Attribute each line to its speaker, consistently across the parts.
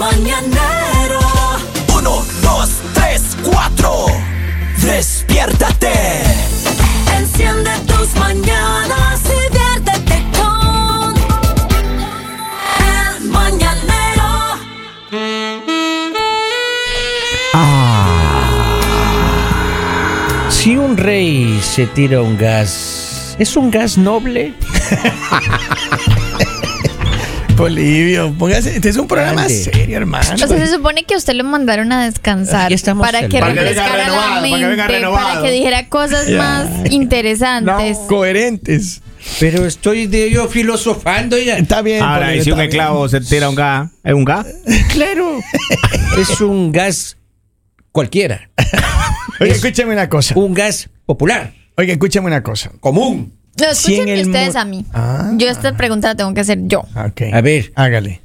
Speaker 1: mañanero. Uno, dos, tres, cuatro. Despiértate. Enciende tus mañanas y viértete con el mañanero.
Speaker 2: Si un rey se tira un gas, ¿es un gas noble?
Speaker 3: Polivio, póngase. Este es un programa
Speaker 2: Grande.
Speaker 3: serio, hermano.
Speaker 4: O sea, se supone que a usted lo mandaron a descansar
Speaker 2: Aquí estamos
Speaker 4: para que
Speaker 2: celebrando.
Speaker 4: refrescara
Speaker 5: Para que venga
Speaker 4: la
Speaker 5: renovado, para que
Speaker 4: mente,
Speaker 5: venga
Speaker 4: para que,
Speaker 5: renovado.
Speaker 4: dijera cosas
Speaker 3: Ya.
Speaker 4: más interesantes.
Speaker 3: Coherentes.
Speaker 2: Pero estoy de yo filosofando ya.
Speaker 3: Está bien.
Speaker 5: Ahora, y
Speaker 3: Polivio,
Speaker 5: si un
Speaker 3: está bien.
Speaker 5: esclavo se tira un gas, ¿es un gas?
Speaker 2: Claro. Es un gas cualquiera.
Speaker 3: Oye,
Speaker 2: Es
Speaker 3: escúchame una cosa.
Speaker 2: un gas popular,
Speaker 3: Oye, escúchame una cosa.
Speaker 2: común.
Speaker 4: No,
Speaker 3: Si en
Speaker 4: escúchenme
Speaker 3: el
Speaker 4: ustedes
Speaker 3: mu-
Speaker 4: a mí.
Speaker 3: Ah.
Speaker 4: Yo esta pregunta la tengo que hacer yo.
Speaker 3: Ok.
Speaker 2: A ver,
Speaker 3: Hágale.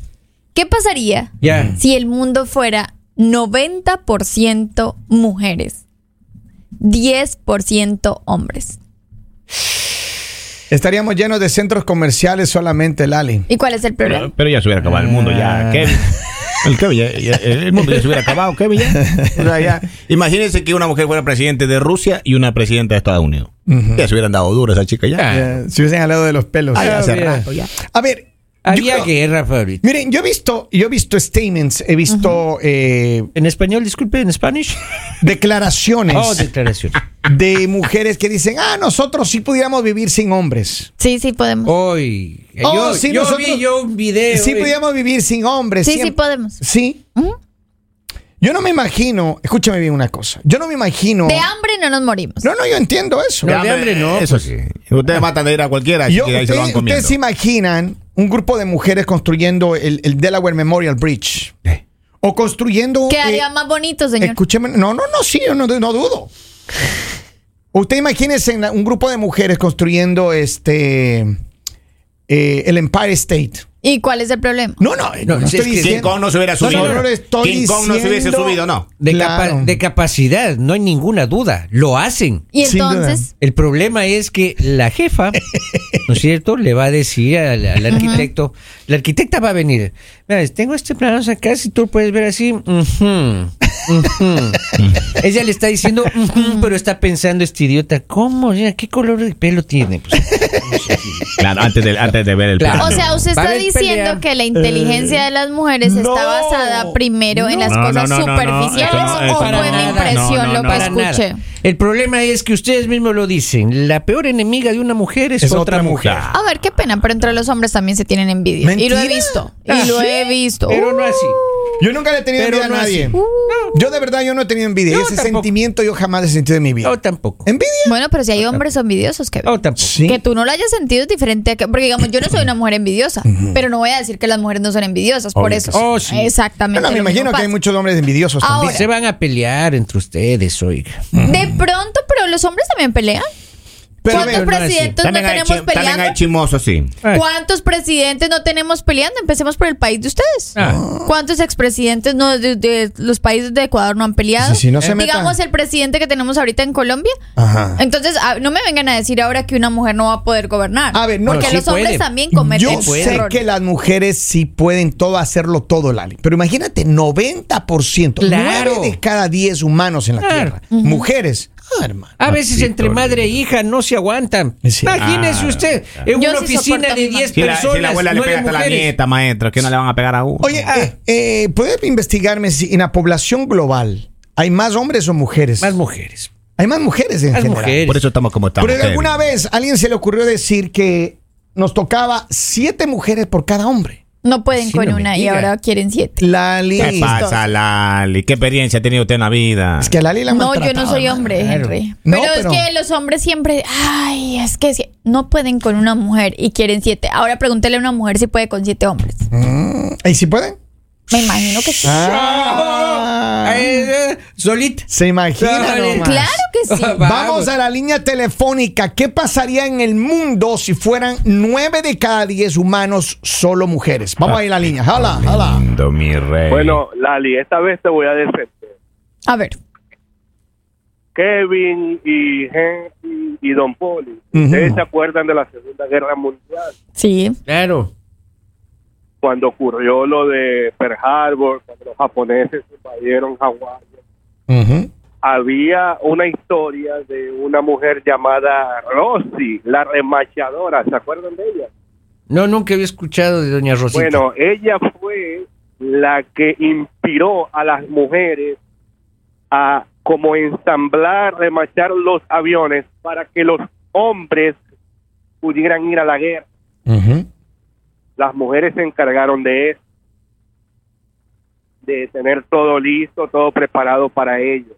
Speaker 4: ¿Qué pasaría
Speaker 2: ya.
Speaker 4: si el mundo fuera 90% mujeres, 10% hombres?
Speaker 3: Estaríamos llenos de centros comerciales solamente, Lali.
Speaker 4: ¿Y cuál es el problema?
Speaker 5: Ah, Pero ya se hubiera acabado el mundo, ya, Kevin. El, Kevin ya- ya- el mundo ya se hubiera acabado, Kevin. Ya. O sea, ya. Imagínense que una mujer fuera presidente de Rusia y una presidenta de Estados Unidos. Ya se hubieran dado duro esa chica ya.
Speaker 3: Ya, si hubiesen hablado de los pelos.
Speaker 5: Ay, hace
Speaker 2: mira.
Speaker 5: rato, ya.
Speaker 3: A ver. yo
Speaker 2: Había
Speaker 3: creo-
Speaker 2: guerra, Fabrito.
Speaker 3: Miren, yo he visto, yo he visto statements, he visto eh,
Speaker 2: En español, disculpe, en Spanish.
Speaker 3: declaraciones
Speaker 2: Oh, declaración.
Speaker 3: de mujeres que dicen, ah, nosotros sí pudiéramos vivir sin hombres.
Speaker 4: Sí, sí podemos.
Speaker 2: Hoy. eh,
Speaker 3: Oh,
Speaker 2: yo
Speaker 3: sí,
Speaker 2: yo
Speaker 3: nosotros-
Speaker 2: vi yo un video.
Speaker 3: Sí
Speaker 2: eh.
Speaker 3: pudiéramos vivir sin hombres.
Speaker 4: Sí, sí
Speaker 3: siempre-
Speaker 4: podemos.
Speaker 3: Sí.
Speaker 4: Ujú.
Speaker 3: Yo no me imagino, escúchame bien una cosa, yo no me imagino...
Speaker 4: De hambre no nos morimos.
Speaker 3: No, no, yo entiendo eso.
Speaker 2: No, de hambre no,
Speaker 5: Eso sí. Ustedes matan de ir a cualquiera Pues y
Speaker 3: Yo-
Speaker 5: ahí se lo van
Speaker 3: ustedes,
Speaker 5: comiendo.
Speaker 3: ustedes se imaginan un grupo de mujeres construyendo el, el Delaware Memorial Bridge?
Speaker 5: Eh.
Speaker 3: O construyendo...
Speaker 4: Quedaría
Speaker 3: eh,
Speaker 4: más bonito, señor.
Speaker 3: Escúcheme, no, no, no, sí, yo no, no dudo. Usted imagínese en la- un grupo de mujeres construyendo este eh, el Empire State.
Speaker 4: ¿Y cuál es el problema?
Speaker 3: No, no, no,
Speaker 2: No, es
Speaker 3: estoy
Speaker 2: que
Speaker 5: King
Speaker 3: diciendo.
Speaker 5: Kong no se hubiera
Speaker 3: No, no,
Speaker 5: subido.
Speaker 3: no, no, estoy
Speaker 5: King Kong no se hubiese
Speaker 3: diciendo-
Speaker 5: subido, no.
Speaker 2: De,
Speaker 3: Claro.
Speaker 2: capa- de capacidad, no hay ninguna duda. Lo hacen.
Speaker 4: Y
Speaker 3: Sin duda.
Speaker 4: entonces,
Speaker 2: El problema es que la jefa, ¿no es cierto?, le va a decir al, al arquitecto, la arquitecta va a venir, mira, tengo este plano acá, si tú puedes ver así, ujú, ujú". ella le está diciendo, "Ujú", pero está pensando este idiota, ¿cómo? Mira, ¿Qué color de pelo tiene? Pues,
Speaker 5: Claro, antes de, antes de ver el
Speaker 2: Claro.
Speaker 5: plan.
Speaker 4: o sea, usted
Speaker 2: Van
Speaker 4: está
Speaker 2: a
Speaker 4: diciendo
Speaker 2: pelear.
Speaker 4: que la inteligencia de las mujeres está
Speaker 3: no.
Speaker 4: basada primero en las
Speaker 5: No, no,
Speaker 4: cosas
Speaker 5: no, no, no,
Speaker 4: superficiales
Speaker 5: eso no, eso
Speaker 4: o
Speaker 5: no.
Speaker 4: fue mi
Speaker 5: Para
Speaker 4: impresión
Speaker 5: nada.
Speaker 4: lo
Speaker 5: No, no,
Speaker 4: que
Speaker 2: para nada.
Speaker 4: escuché.
Speaker 2: El problema es que ustedes mismos lo dicen, la peor enemiga de una mujer es,
Speaker 3: Es
Speaker 2: otra,
Speaker 3: otra
Speaker 2: mujer.
Speaker 5: mujer.
Speaker 4: A ver, qué pena, pero entre los hombres también se tienen envidia. Y lo he
Speaker 3: ¿Mentira?
Speaker 4: visto.
Speaker 3: Ah,
Speaker 4: Y lo
Speaker 3: ¿sí?
Speaker 4: he visto.
Speaker 2: Pero
Speaker 4: Uh,
Speaker 2: no así.
Speaker 3: Yo nunca le he tenido
Speaker 2: Pero
Speaker 3: envidia
Speaker 2: no
Speaker 3: a nadie.
Speaker 2: así.
Speaker 3: Yo de verdad yo no he tenido envidia.
Speaker 2: No,
Speaker 3: Ese
Speaker 2: tampoco.
Speaker 3: sentimiento yo jamás he sentido en mi vida.
Speaker 2: No, tampoco.
Speaker 3: ¿Envidia?
Speaker 4: Bueno, pero si hay hombres envidiosos que
Speaker 2: No, tampoco.
Speaker 3: Sí.
Speaker 4: Que tú no lo hayas sentido es diferente a que. Porque digamos, yo no soy una mujer envidiosa, pero no voy a decir que las mujeres no son envidiosas. Por
Speaker 3: Obvio
Speaker 4: eso.
Speaker 2: que sí. Oh, sí.
Speaker 4: Exactamente.
Speaker 3: No, no, me
Speaker 4: lo mismo
Speaker 3: imagino que hay
Speaker 4: pasa.
Speaker 3: muchos hombres envidiosos
Speaker 4: Ahora,
Speaker 3: también.
Speaker 2: Se van a pelear entre ustedes, oiga.
Speaker 4: De pronto, pero los hombres también pelean.
Speaker 3: Pero
Speaker 4: ¿Cuántos
Speaker 3: ven,
Speaker 2: no es así.
Speaker 4: presidentes no
Speaker 5: hay,
Speaker 4: tenemos
Speaker 5: chi- también hay
Speaker 4: peleando?
Speaker 5: chimosos, sí.
Speaker 2: Ay.
Speaker 4: ¿Cuántos presidentes no tenemos peleando? Empecemos por el país de ustedes.
Speaker 2: Ah.
Speaker 4: ¿Cuántos expresidentes no, de, de los países de Ecuador no han peleado?
Speaker 3: Sí, sí,
Speaker 2: Eh.
Speaker 3: no se meta.
Speaker 4: Digamos el presidente que tenemos ahorita en Colombia.
Speaker 3: Ajá.
Speaker 4: Entonces, ah, no me vengan a decir ahora que una mujer no va a poder gobernar.
Speaker 3: A ver, no,
Speaker 4: porque
Speaker 2: sí
Speaker 4: los hombres
Speaker 2: puede.
Speaker 4: también cometen
Speaker 3: Yo
Speaker 2: puede.
Speaker 3: sé
Speaker 4: errores.
Speaker 3: que las mujeres sí pueden todo hacerlo todo, Lali. Pero imagínate, 90%,
Speaker 2: Claro.
Speaker 3: 9 de cada 10 humanos en la
Speaker 2: Claro.
Speaker 3: Tierra, mujeres. Ah, hermano.
Speaker 2: A veces entre madre e hija no se aguantan.
Speaker 3: Es cierto.
Speaker 2: Imagínese
Speaker 5: Ah,
Speaker 2: usted, en
Speaker 4: Yo
Speaker 2: una
Speaker 4: sí soporto
Speaker 2: oficina
Speaker 4: a
Speaker 2: de
Speaker 4: mi
Speaker 2: 10
Speaker 5: Si la,
Speaker 2: personas,
Speaker 5: si la abuela le
Speaker 2: nueve
Speaker 5: pega hasta la
Speaker 2: mujeres.
Speaker 5: nieta, maestro, ¿qué no le van a pegar a uno?
Speaker 3: Oye,
Speaker 2: Ah.
Speaker 3: eh, eh, ¿puedes investigarme si en la población global hay más hombres o mujeres?
Speaker 2: Más mujeres.
Speaker 3: hay más mujeres en
Speaker 2: Más
Speaker 3: general.
Speaker 2: mujeres.
Speaker 5: por eso estamos como estamos.
Speaker 3: Pero alguna
Speaker 5: Kevin.
Speaker 3: vez a alguien se le ocurrió decir que nos tocaba siete mujeres por cada hombre.
Speaker 4: No pueden
Speaker 2: Sí,
Speaker 4: con
Speaker 2: no me
Speaker 4: una y
Speaker 2: diga.
Speaker 4: ahora quieren siete.
Speaker 3: Lali.
Speaker 5: ¿Qué pasa, Lali? ¿Qué experiencia ha tenido usted en la vida?
Speaker 3: Es que a Lali la
Speaker 4: No, yo no
Speaker 3: maltrataban,
Speaker 4: soy
Speaker 3: hermano.
Speaker 4: hombre,
Speaker 2: claro.
Speaker 4: Henry.
Speaker 3: No,
Speaker 4: Pero,
Speaker 3: pero-
Speaker 4: es que los hombres siempre, ay, es que si- no pueden con una mujer y quieren siete. Ahora pregúntele a una mujer si puede con siete hombres.
Speaker 3: ¿Y si pueden?
Speaker 4: Me imagino que sí.
Speaker 3: Ah.
Speaker 2: Eh, eh, solita.
Speaker 3: Se imagina
Speaker 2: Lali.
Speaker 3: nomás.
Speaker 4: Claro que sí.
Speaker 3: Vamos a la línea telefónica. ¿Qué pasaría en el mundo si fueran nueve de cada diez humanos solo mujeres? Vamos a ir a la línea. Jala, jala.
Speaker 5: Lindo, mi rey.
Speaker 6: Bueno, Lali, esta vez te voy a defender.
Speaker 4: A ver,
Speaker 6: Kevin y Henry y Don Poli,
Speaker 3: Ujú.
Speaker 6: ustedes se acuerdan de la Segunda Guerra Mundial.
Speaker 4: sí.
Speaker 2: Claro.
Speaker 6: cuando ocurrió lo de Pearl Harbor, cuando los japoneses invadieron Hawái,
Speaker 3: Ujú.
Speaker 6: había una historia de una mujer llamada Rosy, la remachadora, ¿se acuerdan de ella?
Speaker 2: No, nunca había escuchado de Doña Rosita.
Speaker 6: Bueno, ella fue la que inspiró a las mujeres a como ensamblar, remachar los aviones para que los hombres pudieran ir a la guerra.
Speaker 3: Ujú.
Speaker 6: Las mujeres se encargaron de eso, de tener todo listo, todo preparado para ellos.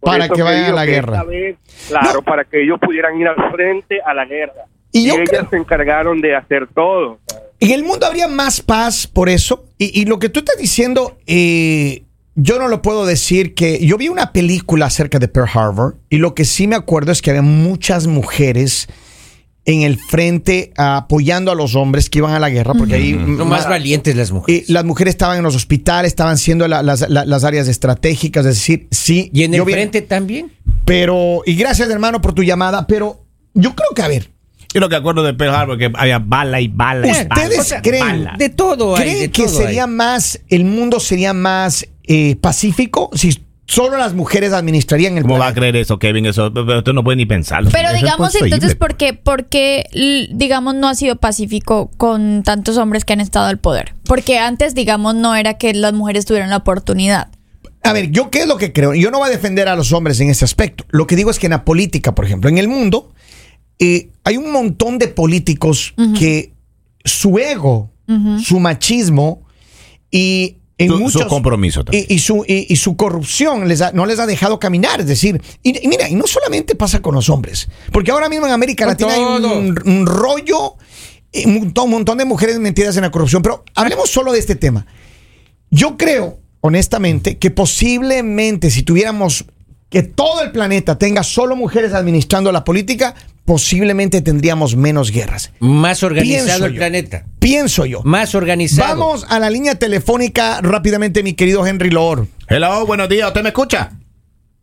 Speaker 6: Por
Speaker 3: Para
Speaker 6: eso
Speaker 3: que
Speaker 6: te
Speaker 3: vayan a
Speaker 6: digo
Speaker 3: la
Speaker 6: que
Speaker 3: guerra.
Speaker 6: esta vez, claro, para que ellos pudieran ir al frente a la guerra.
Speaker 3: Y yo
Speaker 6: ellas
Speaker 3: creo-
Speaker 6: se encargaron de hacer todo.
Speaker 3: En el mundo habría más paz por eso. Y, y lo que tú estás diciendo, eh, yo no lo puedo decir que. Yo vi una película acerca de Pearl Harbor y lo que sí me acuerdo es que había muchas mujeres en el frente ah, apoyando a los hombres que iban a la guerra, porque ahí
Speaker 2: no más valientes las
Speaker 3: y
Speaker 2: mujeres.
Speaker 3: las mujeres estaban en los hospitales, estaban siendo la- las, la- las áreas estratégicas, es decir, sí.
Speaker 2: Y en el
Speaker 3: yo vi-
Speaker 2: frente también.
Speaker 3: Pero, y gracias hermano por tu llamada, pero yo creo que, a ver,
Speaker 5: Yo lo que acuerdo de Pearl Harbor que había bala y bala. y
Speaker 3: ¿Ustedes
Speaker 5: bala, o sea,
Speaker 3: creen
Speaker 5: bala.
Speaker 2: De todo hay.
Speaker 3: ¿Creen
Speaker 2: de
Speaker 3: que
Speaker 2: todo hay.
Speaker 3: sería más, el mundo sería más eh, pacífico si solo las mujeres administrarían el
Speaker 5: ¿Cómo va a
Speaker 3: planeta?
Speaker 5: creer eso, Kevin? Eso, pero usted no puede ni pensarlo.
Speaker 4: Pero
Speaker 5: Eso es
Speaker 4: digamos entonces,
Speaker 5: imposible.
Speaker 4: ¿por qué, por qué, l- digamos, no ha sido pacífico con tantos hombres que han estado al poder? Porque antes, digamos, no era que las mujeres tuvieran la oportunidad.
Speaker 3: A ver, yo qué es lo que creo. Yo no voy a defender a los hombres en ese aspecto. Lo que digo es que en la política, por ejemplo, en el mundo, eh, hay un montón de políticos que su ego, su machismo y en
Speaker 5: Su- su
Speaker 3: muchos,
Speaker 5: compromiso también.
Speaker 3: Y, y su, y, y su corrupción les ha- no les ha dejado caminar. Es decir, y, y mira, y no solamente pasa con los hombres, porque ahora mismo en América
Speaker 2: Con
Speaker 3: Latina hay un, un rollo, eh, un montón, un montón de mujeres metidas en la corrupción. Pero hablemos solo de este tema. Yo creo, honestamente, que posiblemente si tuviéramos que todo el planeta tenga solo mujeres administrando la política, posiblemente tendríamos menos guerras.
Speaker 2: Más organizado
Speaker 3: Pienso
Speaker 2: el
Speaker 3: yo.
Speaker 2: planeta.
Speaker 3: Pienso yo.
Speaker 2: Más organizado.
Speaker 3: Vamos a la línea telefónica rápidamente, mi querido Henry Loor.
Speaker 5: Hello, buenos días. ¿Usted me escucha?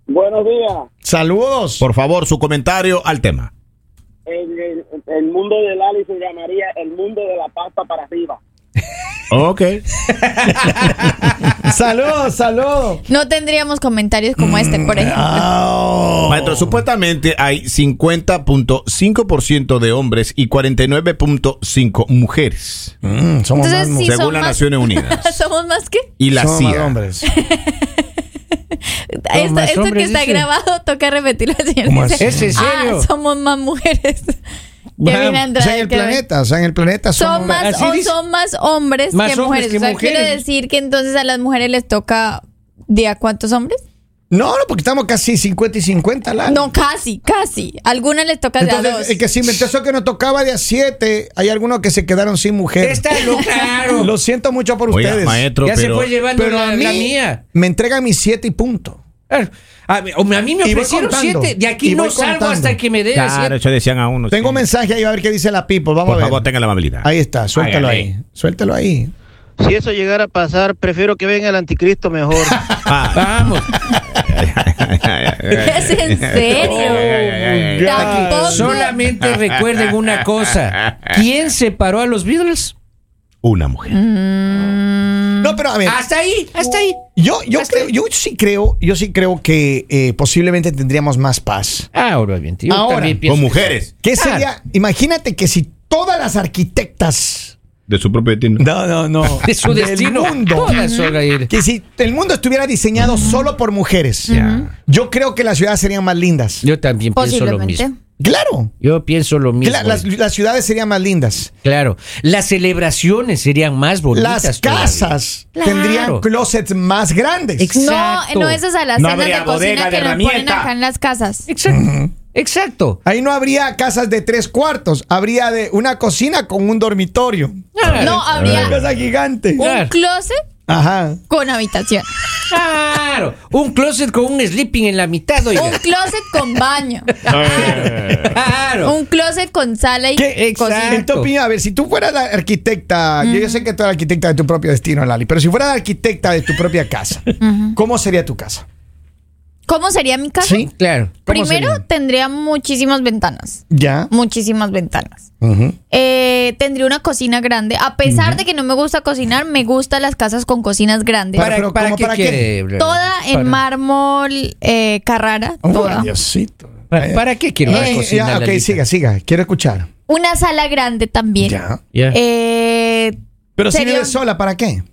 Speaker 6: Buenos días.
Speaker 3: Saludos.
Speaker 5: Por favor, su comentario al tema.
Speaker 6: el, el, el mundo del Ali se llamaría el mundo de la pasta para arriba.
Speaker 5: Ok.
Speaker 3: Saludos, saludos.
Speaker 4: No tendríamos comentarios como este, por ejemplo.
Speaker 5: Oh. Maestro, supuestamente hay 50.5% de hombres y 49.5 mujeres,
Speaker 3: Mm, somos
Speaker 4: Entonces,
Speaker 3: más
Speaker 4: sí,
Speaker 3: mujeres.
Speaker 4: son
Speaker 5: según las
Speaker 4: más-
Speaker 5: Naciones Unidas.
Speaker 4: ¿Somos más que?
Speaker 5: Y la
Speaker 3: Somos más
Speaker 5: CIA.
Speaker 3: hombres.
Speaker 4: Esto,
Speaker 2: más
Speaker 4: esto que
Speaker 2: hombres,
Speaker 4: está
Speaker 2: dice.
Speaker 4: grabado, toca repetirlo al señor.
Speaker 3: ¿Cómo
Speaker 4: Dice,
Speaker 2: así? ¿Es en serio?
Speaker 4: Ah, somos más mujeres. Kevin
Speaker 3: Vamos, o
Speaker 4: Andrade,
Speaker 3: sea, en el
Speaker 4: Kevin.
Speaker 3: planeta, o sea, en el planeta
Speaker 4: Son
Speaker 3: somos
Speaker 4: más,
Speaker 2: así
Speaker 4: o
Speaker 2: dice.
Speaker 4: son más hombres
Speaker 2: Más
Speaker 4: que
Speaker 2: hombres
Speaker 4: mujeres.
Speaker 2: que
Speaker 4: o sea, quiere
Speaker 2: mujeres.
Speaker 4: decir que entonces a las mujeres les toca de a cuántos hombres?
Speaker 3: No, no, porque estamos casi 50 y 50. Lali.
Speaker 4: No, casi, casi. Algunas les toca de a dos.
Speaker 3: Entonces, el que se inventó eso que nos tocaba de a 7, hay algunos que se quedaron sin mujer.
Speaker 2: Está lo claro.
Speaker 3: Lo siento mucho por
Speaker 5: Oiga,
Speaker 3: ustedes.
Speaker 5: maestro,
Speaker 2: ya se
Speaker 5: pero
Speaker 2: fue llevando
Speaker 3: Pero
Speaker 2: la,
Speaker 3: a mí
Speaker 2: la mía.
Speaker 3: me entregan mis 7 y punto.
Speaker 2: Claro. A, mí- a mí me
Speaker 3: Y voy
Speaker 2: ofrecieron
Speaker 3: contando.
Speaker 2: siete. De
Speaker 3: Y
Speaker 2: aquí no
Speaker 3: voy
Speaker 2: salgo
Speaker 3: contando.
Speaker 2: hasta que me dé la
Speaker 5: Claro,
Speaker 2: siete.
Speaker 5: eso decían a uno.
Speaker 3: Tengo un
Speaker 5: Pues sí.
Speaker 3: mensaje ahí a ver qué dice la People. Vamos
Speaker 5: Por
Speaker 3: a ver.
Speaker 5: favor, tenga la amabilidad.
Speaker 3: Ahí está, suéltalo
Speaker 5: Hágale.
Speaker 3: ahí. Suéltalo ahí.
Speaker 7: Si eso llegara a pasar, prefiero que venga el anticristo mejor.
Speaker 5: Ah.
Speaker 2: Vamos.
Speaker 4: ¿Es en serio? Tampoco.
Speaker 2: Solamente recuerden una cosa. ¿Quién separó a los Beatles?
Speaker 5: Una mujer.
Speaker 3: No, pero a ver.
Speaker 2: Hasta ahí, hasta ahí.
Speaker 3: Yo, yo, creo, yo sí creo, yo sí creo que eh, posiblemente tendríamos más paz.
Speaker 2: Ah, Ahora bien, tío.
Speaker 3: Ahora,
Speaker 2: también pienso
Speaker 5: Con
Speaker 2: que-
Speaker 5: mujeres.
Speaker 3: ¿Qué
Speaker 2: Claro.
Speaker 3: sería? Imagínate que si todas las arquitectas
Speaker 5: De su propio destino.
Speaker 3: No, no, no.
Speaker 2: De su
Speaker 3: Del
Speaker 2: destino.
Speaker 3: mundo.
Speaker 2: Todas son ahí.
Speaker 3: Que si el mundo estuviera diseñado solo por mujeres,
Speaker 5: Mm. Ya.
Speaker 3: yo creo que las ciudades serían más lindas.
Speaker 2: Yo también pienso lo
Speaker 4: Posiblemente.
Speaker 2: mismo.
Speaker 3: Claro.
Speaker 2: Yo pienso lo
Speaker 3: que
Speaker 2: mismo.
Speaker 3: la- las, las ciudades serían más lindas.
Speaker 2: Claro. Las celebraciones serían más bonitas.
Speaker 3: Las
Speaker 2: todavía.
Speaker 3: casas
Speaker 2: Claro.
Speaker 3: tendrían closets más grandes.
Speaker 2: Exacto.
Speaker 4: No, no esas alacenas
Speaker 5: No habría
Speaker 4: de cocina
Speaker 5: bodega
Speaker 4: que
Speaker 5: de
Speaker 4: nos ponen
Speaker 5: herramienta.
Speaker 4: acá en las casas.
Speaker 2: Exacto. Exacto.
Speaker 3: Ahí no habría casas de tres cuartos, habría de una cocina con un dormitorio.
Speaker 2: Claro.
Speaker 4: No, habría
Speaker 3: Una casa gigante.
Speaker 2: Claro.
Speaker 4: un closet
Speaker 3: Ajá.
Speaker 4: con habitación.
Speaker 2: Claro. Un closet con un sleeping en la mitad.
Speaker 4: Un
Speaker 2: Oiga.
Speaker 4: closet con baño.
Speaker 2: Claro.
Speaker 4: Un closet con sala y
Speaker 3: ¿Qué?
Speaker 4: cocina.
Speaker 3: En tu opinión, a ver, si tú fueras la arquitecta, yo, yo sé que tú eres la arquitecta de tu propio destino, Lali, pero si fueras la arquitecta de tu propia casa, ¿cómo sería tu casa?
Speaker 4: ¿Cómo sería mi casa?
Speaker 3: Sí,
Speaker 2: Claro.
Speaker 4: Primero
Speaker 3: sería?
Speaker 4: tendría muchísimas ventanas.
Speaker 3: ya.
Speaker 4: Muchísimas ventanas.
Speaker 3: Ujú.
Speaker 4: Eh, tendría una cocina grande. A pesar de que no me gusta cocinar, me gustan las casas con cocinas grandes.
Speaker 3: Para- pero ¿cómo para qué?
Speaker 2: Blanca?
Speaker 4: toda en
Speaker 2: Para-
Speaker 4: mármol eh, Carrara. toda.
Speaker 3: Oh, Diosito.
Speaker 2: ¿Para, para qué quiero la
Speaker 3: Eh,
Speaker 2: cocina,
Speaker 3: ya, ok,
Speaker 2: Lalita?
Speaker 3: siga, siga. Quiero escuchar.
Speaker 4: Una sala grande también.
Speaker 3: Ya.
Speaker 2: Ya.
Speaker 4: Eh,
Speaker 3: Pero si
Speaker 4: sería-
Speaker 3: vives sola, ¿para qué?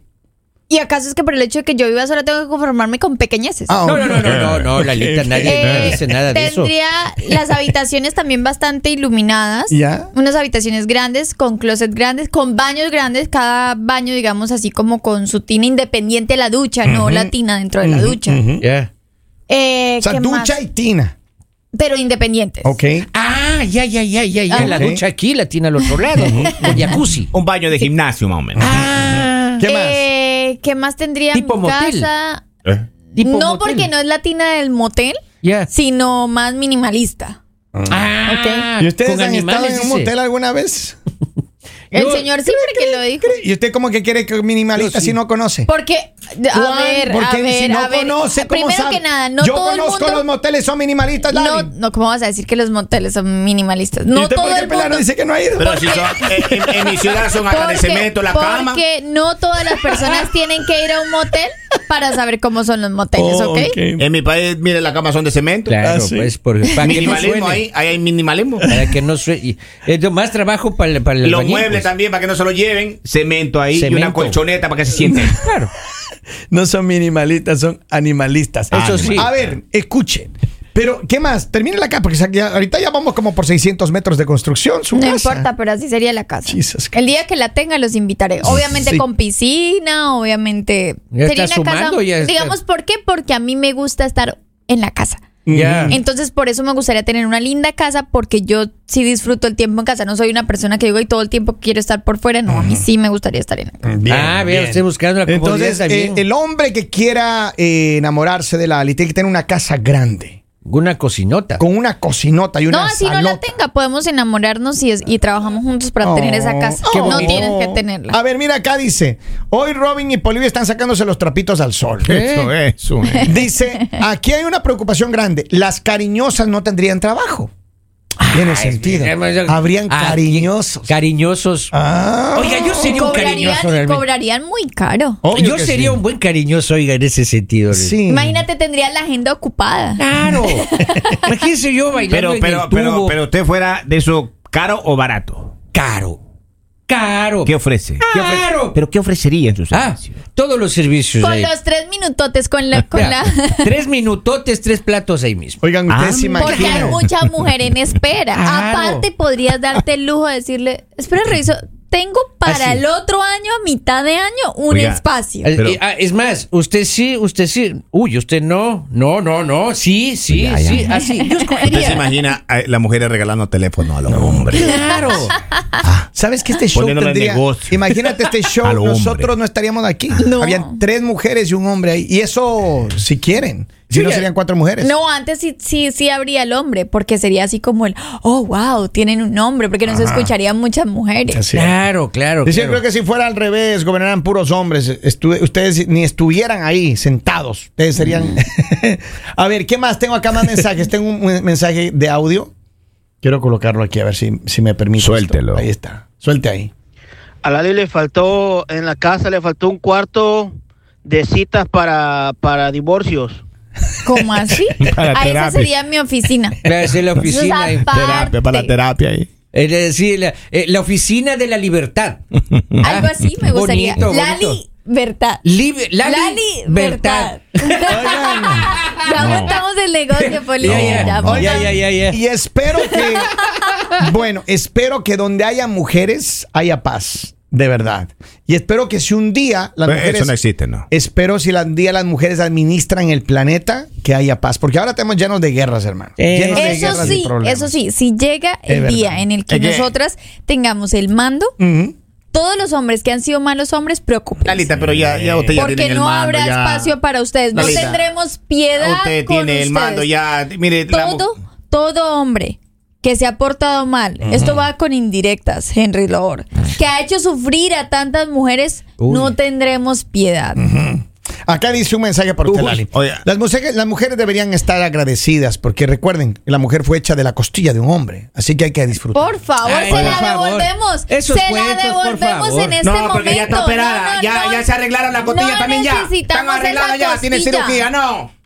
Speaker 4: ¿Y acaso es que por el hecho de que yo viva sola tengo que conformarme con pequeñeces?
Speaker 3: Ah,
Speaker 2: No, no, no, no, no, no, Lalita, nadie nadie
Speaker 4: Eh,
Speaker 2: dice nada de eso.
Speaker 4: tendría las habitaciones también bastante iluminadas.
Speaker 3: Ya.
Speaker 4: Unas habitaciones grandes, con closets grandes, con baños grandes. Cada baño, digamos, así como con su tina independiente de la ducha, no la tina dentro de la ducha.
Speaker 2: Ya.
Speaker 4: Eh,
Speaker 3: O sea,
Speaker 4: ¿qué más?
Speaker 3: ducha y tina.
Speaker 4: Pero independientes.
Speaker 3: Ok.
Speaker 2: Ah, ya, ya, ya, ya, ya.
Speaker 4: Ah.
Speaker 2: La
Speaker 3: Ok.
Speaker 2: ducha aquí la tiene al otro lado. El jacuzzi.
Speaker 5: Un baño de gimnasio, más o menos.
Speaker 2: Ah.
Speaker 3: ¿Qué más?
Speaker 4: Eh, ¿Qué más tendría
Speaker 2: Tipo
Speaker 4: mi
Speaker 2: motel.
Speaker 4: casa?
Speaker 5: ¿Eh?
Speaker 2: tipo
Speaker 4: no
Speaker 2: motel.
Speaker 4: porque no es la tina del motel,
Speaker 2: Ya.
Speaker 4: sino más minimalista.
Speaker 2: Ah,
Speaker 3: ¿Y ustedes
Speaker 2: con
Speaker 3: han estado
Speaker 2: animales,
Speaker 3: en un
Speaker 2: dice.
Speaker 3: motel alguna vez?
Speaker 4: El
Speaker 2: Yo-
Speaker 4: señor siempre que lo dijo.
Speaker 3: ¿Y usted como que quiere que minimalista si no conoce?
Speaker 4: Porque,
Speaker 3: Juan,
Speaker 4: Pues, a ver,
Speaker 3: porque
Speaker 4: a ver,
Speaker 3: si no
Speaker 4: a ver.
Speaker 3: conoce, ¿cómo
Speaker 4: primero
Speaker 3: sabe?
Speaker 4: que nada, no
Speaker 3: Yo
Speaker 4: todo el
Speaker 3: conozco
Speaker 4: mundo.
Speaker 3: los moteles, son minimalistas,
Speaker 4: no,
Speaker 3: Lali.
Speaker 4: no, ¿cómo vas a decir que los moteles son minimalistas?
Speaker 3: ¿Y
Speaker 4: No
Speaker 3: usted
Speaker 4: todo
Speaker 3: por qué
Speaker 4: el
Speaker 3: pelado
Speaker 4: mundo.
Speaker 3: dice que no ha ido?
Speaker 5: Pero si son, en, en- en mi ciudad son agradecimiento, la cama.
Speaker 4: porque no todas las personas tienen que ir a un motel para saber cómo son los moteles,
Speaker 3: Oh,
Speaker 4: ¿ok?
Speaker 3: ok.
Speaker 5: En mi país, mire, las camas son de cemento.
Speaker 2: Claro,
Speaker 3: Ah, sí.
Speaker 2: pues, porque para que no
Speaker 5: Minimalismo
Speaker 2: suene.
Speaker 5: ahí, ahí hay minimalismo.
Speaker 2: Para que no suene. y- Es lo más trabajo para, el- para el
Speaker 5: Los
Speaker 2: albañil,
Speaker 5: muebles
Speaker 2: pues.
Speaker 5: también, para que no se lo lleven. Cemento ahí y
Speaker 2: Cemento.
Speaker 5: una colchoneta para que se sienten.
Speaker 2: Claro.
Speaker 3: No son minimalistas, son animalistas.
Speaker 2: Eso sí.
Speaker 3: A ver, escuchen. Pero, ¿qué más? Termínenla acá, porque ya- ahorita ya vamos como por 600 metros de construcción. Su
Speaker 4: No
Speaker 3: casa.
Speaker 4: importa, pero así sería la casa.
Speaker 3: Jesus
Speaker 4: el día que la tenga los invitaré. Obviamente
Speaker 3: Sí.
Speaker 4: con piscina, obviamente.
Speaker 2: Ya
Speaker 4: sería
Speaker 2: está
Speaker 4: una
Speaker 2: sumando,
Speaker 4: casa.
Speaker 2: ya está.
Speaker 4: digamos, ¿por qué? Porque a mí me gusta estar en la casa.
Speaker 2: Ya.
Speaker 3: Ah.
Speaker 4: Entonces, por eso me gustaría tener una linda casa, porque yo sí disfruto el tiempo en casa. No soy una persona que digo, y todo el tiempo quiero estar por fuera. No, a mí sí me gustaría estar en la casa.
Speaker 3: Bien,
Speaker 2: ah, vea,
Speaker 3: bien.
Speaker 2: usted buscando la comodidad
Speaker 3: Entonces, eh,
Speaker 2: también.
Speaker 3: el hombre que quiera eh, enamorarse de la Ali tiene que tener una casa grande,
Speaker 2: Una cocinota.
Speaker 3: con una cocinota y una
Speaker 4: No, así no la
Speaker 3: salota.
Speaker 4: tenga. Podemos enamorarnos y, es- y trabajamos juntos para tener esa casa.
Speaker 3: Oh, Qué
Speaker 4: no
Speaker 3: bonito. Ah,
Speaker 4: tienes que
Speaker 3: A
Speaker 4: tenerla.
Speaker 3: ver, mira acá dice, hoy Robin y Polivia están sacándose los trapitos al sol.
Speaker 5: Eso, eso. eh.
Speaker 3: Dice, aquí hay una preocupación grande, las cariñosas no tendrían trabajo. Tiene sentido. Habrían
Speaker 2: Ah,
Speaker 3: cariñosos.
Speaker 2: Cariñosos.
Speaker 3: Ah,
Speaker 2: Oiga, yo sería un
Speaker 4: Cobrarían,
Speaker 2: cariñoso
Speaker 4: y
Speaker 2: realmente.
Speaker 4: cobrarían muy caro.
Speaker 3: obvio
Speaker 2: yo
Speaker 3: que
Speaker 2: sería
Speaker 3: sí.
Speaker 2: un buen cariñoso, oiga, en ese sentido. Luis.
Speaker 3: Sí.
Speaker 4: Imagínate, tendría la agenda ocupada.
Speaker 2: Claro. Imagínese yo bailando
Speaker 5: Pero,
Speaker 2: en
Speaker 5: pero,
Speaker 2: el
Speaker 5: pero,
Speaker 2: tubo.
Speaker 5: pero usted fuera de eso caro o barato.
Speaker 2: caro. Caro.
Speaker 5: ¿Qué ofrece? ¿Qué ofrece?
Speaker 2: Claro.
Speaker 5: ¿Pero qué ofrecería en su
Speaker 2: Ah,
Speaker 5: servicio?
Speaker 2: todos los servicios.
Speaker 4: Con
Speaker 2: ahí.
Speaker 4: los tres minutotes, con la. Con
Speaker 2: Vea,
Speaker 4: la
Speaker 2: tres minutotes, tres platos ahí mismo.
Speaker 3: Oigan, ustedes
Speaker 5: Ah,
Speaker 3: se
Speaker 4: porque hay
Speaker 3: imaginan.
Speaker 4: mucha mujer en espera.
Speaker 2: Claro.
Speaker 4: Aparte, podrías darte el lujo de decirle: Espera, reviso. Tengo para
Speaker 2: Así.
Speaker 4: el otro año, a mitad de año, un
Speaker 5: Oiga,
Speaker 4: espacio.
Speaker 2: Eh,
Speaker 5: Pero-
Speaker 2: eh, ah, es más, usted sí, usted sí. Uy, usted no. No, no, no. Sí, sí,
Speaker 5: Ya, ya.
Speaker 2: sí. Así. Yo
Speaker 5: Usted se
Speaker 2: escogería.
Speaker 5: imagina a las mujeres regalando teléfono a los hombres.
Speaker 2: Claro.
Speaker 3: ¿Sabes que este show
Speaker 5: Poniéndolo en
Speaker 3: tendría?
Speaker 5: negocio.
Speaker 3: Imagínate este show,
Speaker 5: Al hombre.
Speaker 3: nosotros no estaríamos aquí.
Speaker 4: No.
Speaker 3: Habían tres mujeres y un hombre ahí. Y eso, si quieren. Si
Speaker 2: Sí,
Speaker 3: no,
Speaker 2: ya-
Speaker 3: serían cuatro mujeres.
Speaker 4: No, antes sí, sí, sí habría el hombre, porque sería así como el, oh, wow, tienen un hombre, porque no se escucharían muchas mujeres.
Speaker 3: Así es.
Speaker 2: Claro, claro.
Speaker 3: Dice,
Speaker 2: claro.
Speaker 3: creo que si fuera al revés, gobernaran puros hombres, estu- ustedes ni estuvieran ahí sentados. Ustedes serían... Mm. a ver, ¿qué más? Tengo acá más mensajes. Tengo un men- mensaje de audio. Quiero colocarlo aquí a ver si, si me permite. esto.
Speaker 5: Suéltelo.
Speaker 3: Ahí está. Suelte ahí.
Speaker 7: A Lali le faltó, en la casa le faltó un cuarto de citas para, para divorcios.
Speaker 4: ¿Cómo así?
Speaker 5: Para
Speaker 4: Ahí esa
Speaker 5: terapia.
Speaker 4: sería mi oficina.
Speaker 2: Claro, es en la
Speaker 4: Eso es
Speaker 2: oficina. ahí.
Speaker 4: aparte.
Speaker 5: terapia ahí.
Speaker 2: Eh, eh, sí, la, eh, la oficina de la libertad. Ah,
Speaker 4: Algo así me gustaría.
Speaker 2: Bonito, bonito.
Speaker 4: Lali, verdad.
Speaker 2: Libe- Lali,
Speaker 4: Lali,
Speaker 2: Bertad.
Speaker 4: verdad. Ya montamos el negocio, Poli.
Speaker 2: Ya,
Speaker 4: Ya,
Speaker 2: ya,
Speaker 4: pues.
Speaker 2: ya, ya, ya, ya.
Speaker 3: Y espero que... bueno, espero que donde haya mujeres haya paz. De verdad. Y espero que si un día las mujeres...
Speaker 5: Eh, Eso no existe, ¿no?
Speaker 3: Espero si la- un día las mujeres administran el planeta, que haya paz. Porque ahora tenemos llenos de guerras, hermano.
Speaker 2: Eh,
Speaker 3: Llenos de
Speaker 4: Eso
Speaker 3: guerras y
Speaker 4: sí,
Speaker 3: problemas.
Speaker 4: eso sí, si llega el
Speaker 3: verdad.
Speaker 4: día en el que
Speaker 5: Es que-
Speaker 4: nosotras tengamos el mando,
Speaker 3: Ujú.
Speaker 4: todos los hombres que han sido malos hombres, preocupen.
Speaker 5: Lalita, pero ya, ya usted ya tiene
Speaker 4: Porque
Speaker 5: el
Speaker 4: no
Speaker 5: mando.
Speaker 4: habrá
Speaker 5: ya.
Speaker 4: espacio para ustedes. No
Speaker 5: Lalita,
Speaker 4: tendremos piedad.
Speaker 5: Usted
Speaker 4: con
Speaker 5: tiene el mando
Speaker 4: ustedes.
Speaker 5: ya. Mire, la mu-
Speaker 4: Todo, todo hombre que se ha portado mal, esto va con indirectas, Henry Lord, que ha hecho sufrir a tantas mujeres,
Speaker 2: Uy.
Speaker 4: no tendremos piedad.
Speaker 3: A Acá dice un mensaje para usted,
Speaker 5: Uy,
Speaker 3: Lali.
Speaker 5: oye.
Speaker 3: Las mujeres, las mujeres deberían estar agradecidas porque recuerden, la mujer fue hecha de la costilla de un hombre, así que hay que disfrutar.
Speaker 4: Por favor,
Speaker 2: Ay,
Speaker 4: se
Speaker 2: por
Speaker 4: la
Speaker 2: favor.
Speaker 4: devolvemos.
Speaker 2: Esos
Speaker 4: se la
Speaker 2: cuentos, por
Speaker 4: devolvemos
Speaker 2: favor.
Speaker 4: en este
Speaker 5: No,
Speaker 4: momento.
Speaker 5: porque ya está operada.
Speaker 4: No,
Speaker 5: ya,
Speaker 4: no,
Speaker 5: ya se arreglaron la costilla
Speaker 4: no
Speaker 5: también ya. Están
Speaker 4: necesitamos
Speaker 5: arregladas
Speaker 4: esa
Speaker 5: ya. Tiene
Speaker 4: costilla.
Speaker 5: cirugía, no.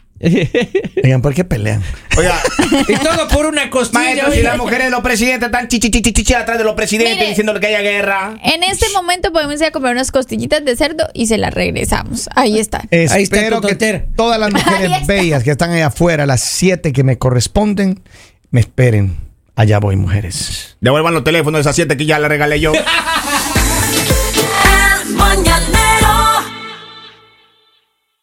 Speaker 3: Oigan, ¿por qué pelean?
Speaker 5: Oiga,
Speaker 2: Y todo por una costilla.
Speaker 5: maestro, si
Speaker 2: oye.
Speaker 5: las mujeres de los presidentes están chichichichichi atrás de los presidentes
Speaker 4: Mire.
Speaker 5: diciéndole que haya guerra.
Speaker 4: En este momento podemos ir a comer unas costillitas de cerdo y se las regresamos. Ahí está.
Speaker 2: Ahí está tu
Speaker 3: Espero que
Speaker 2: tontera.
Speaker 3: todas las
Speaker 4: Ahí está.
Speaker 3: mujeres bellas que están allá afuera, las siete que me corresponden, me esperen. Allá voy, mujeres.
Speaker 5: Devuelvan los teléfonos de esas siete que ya la regalé yo.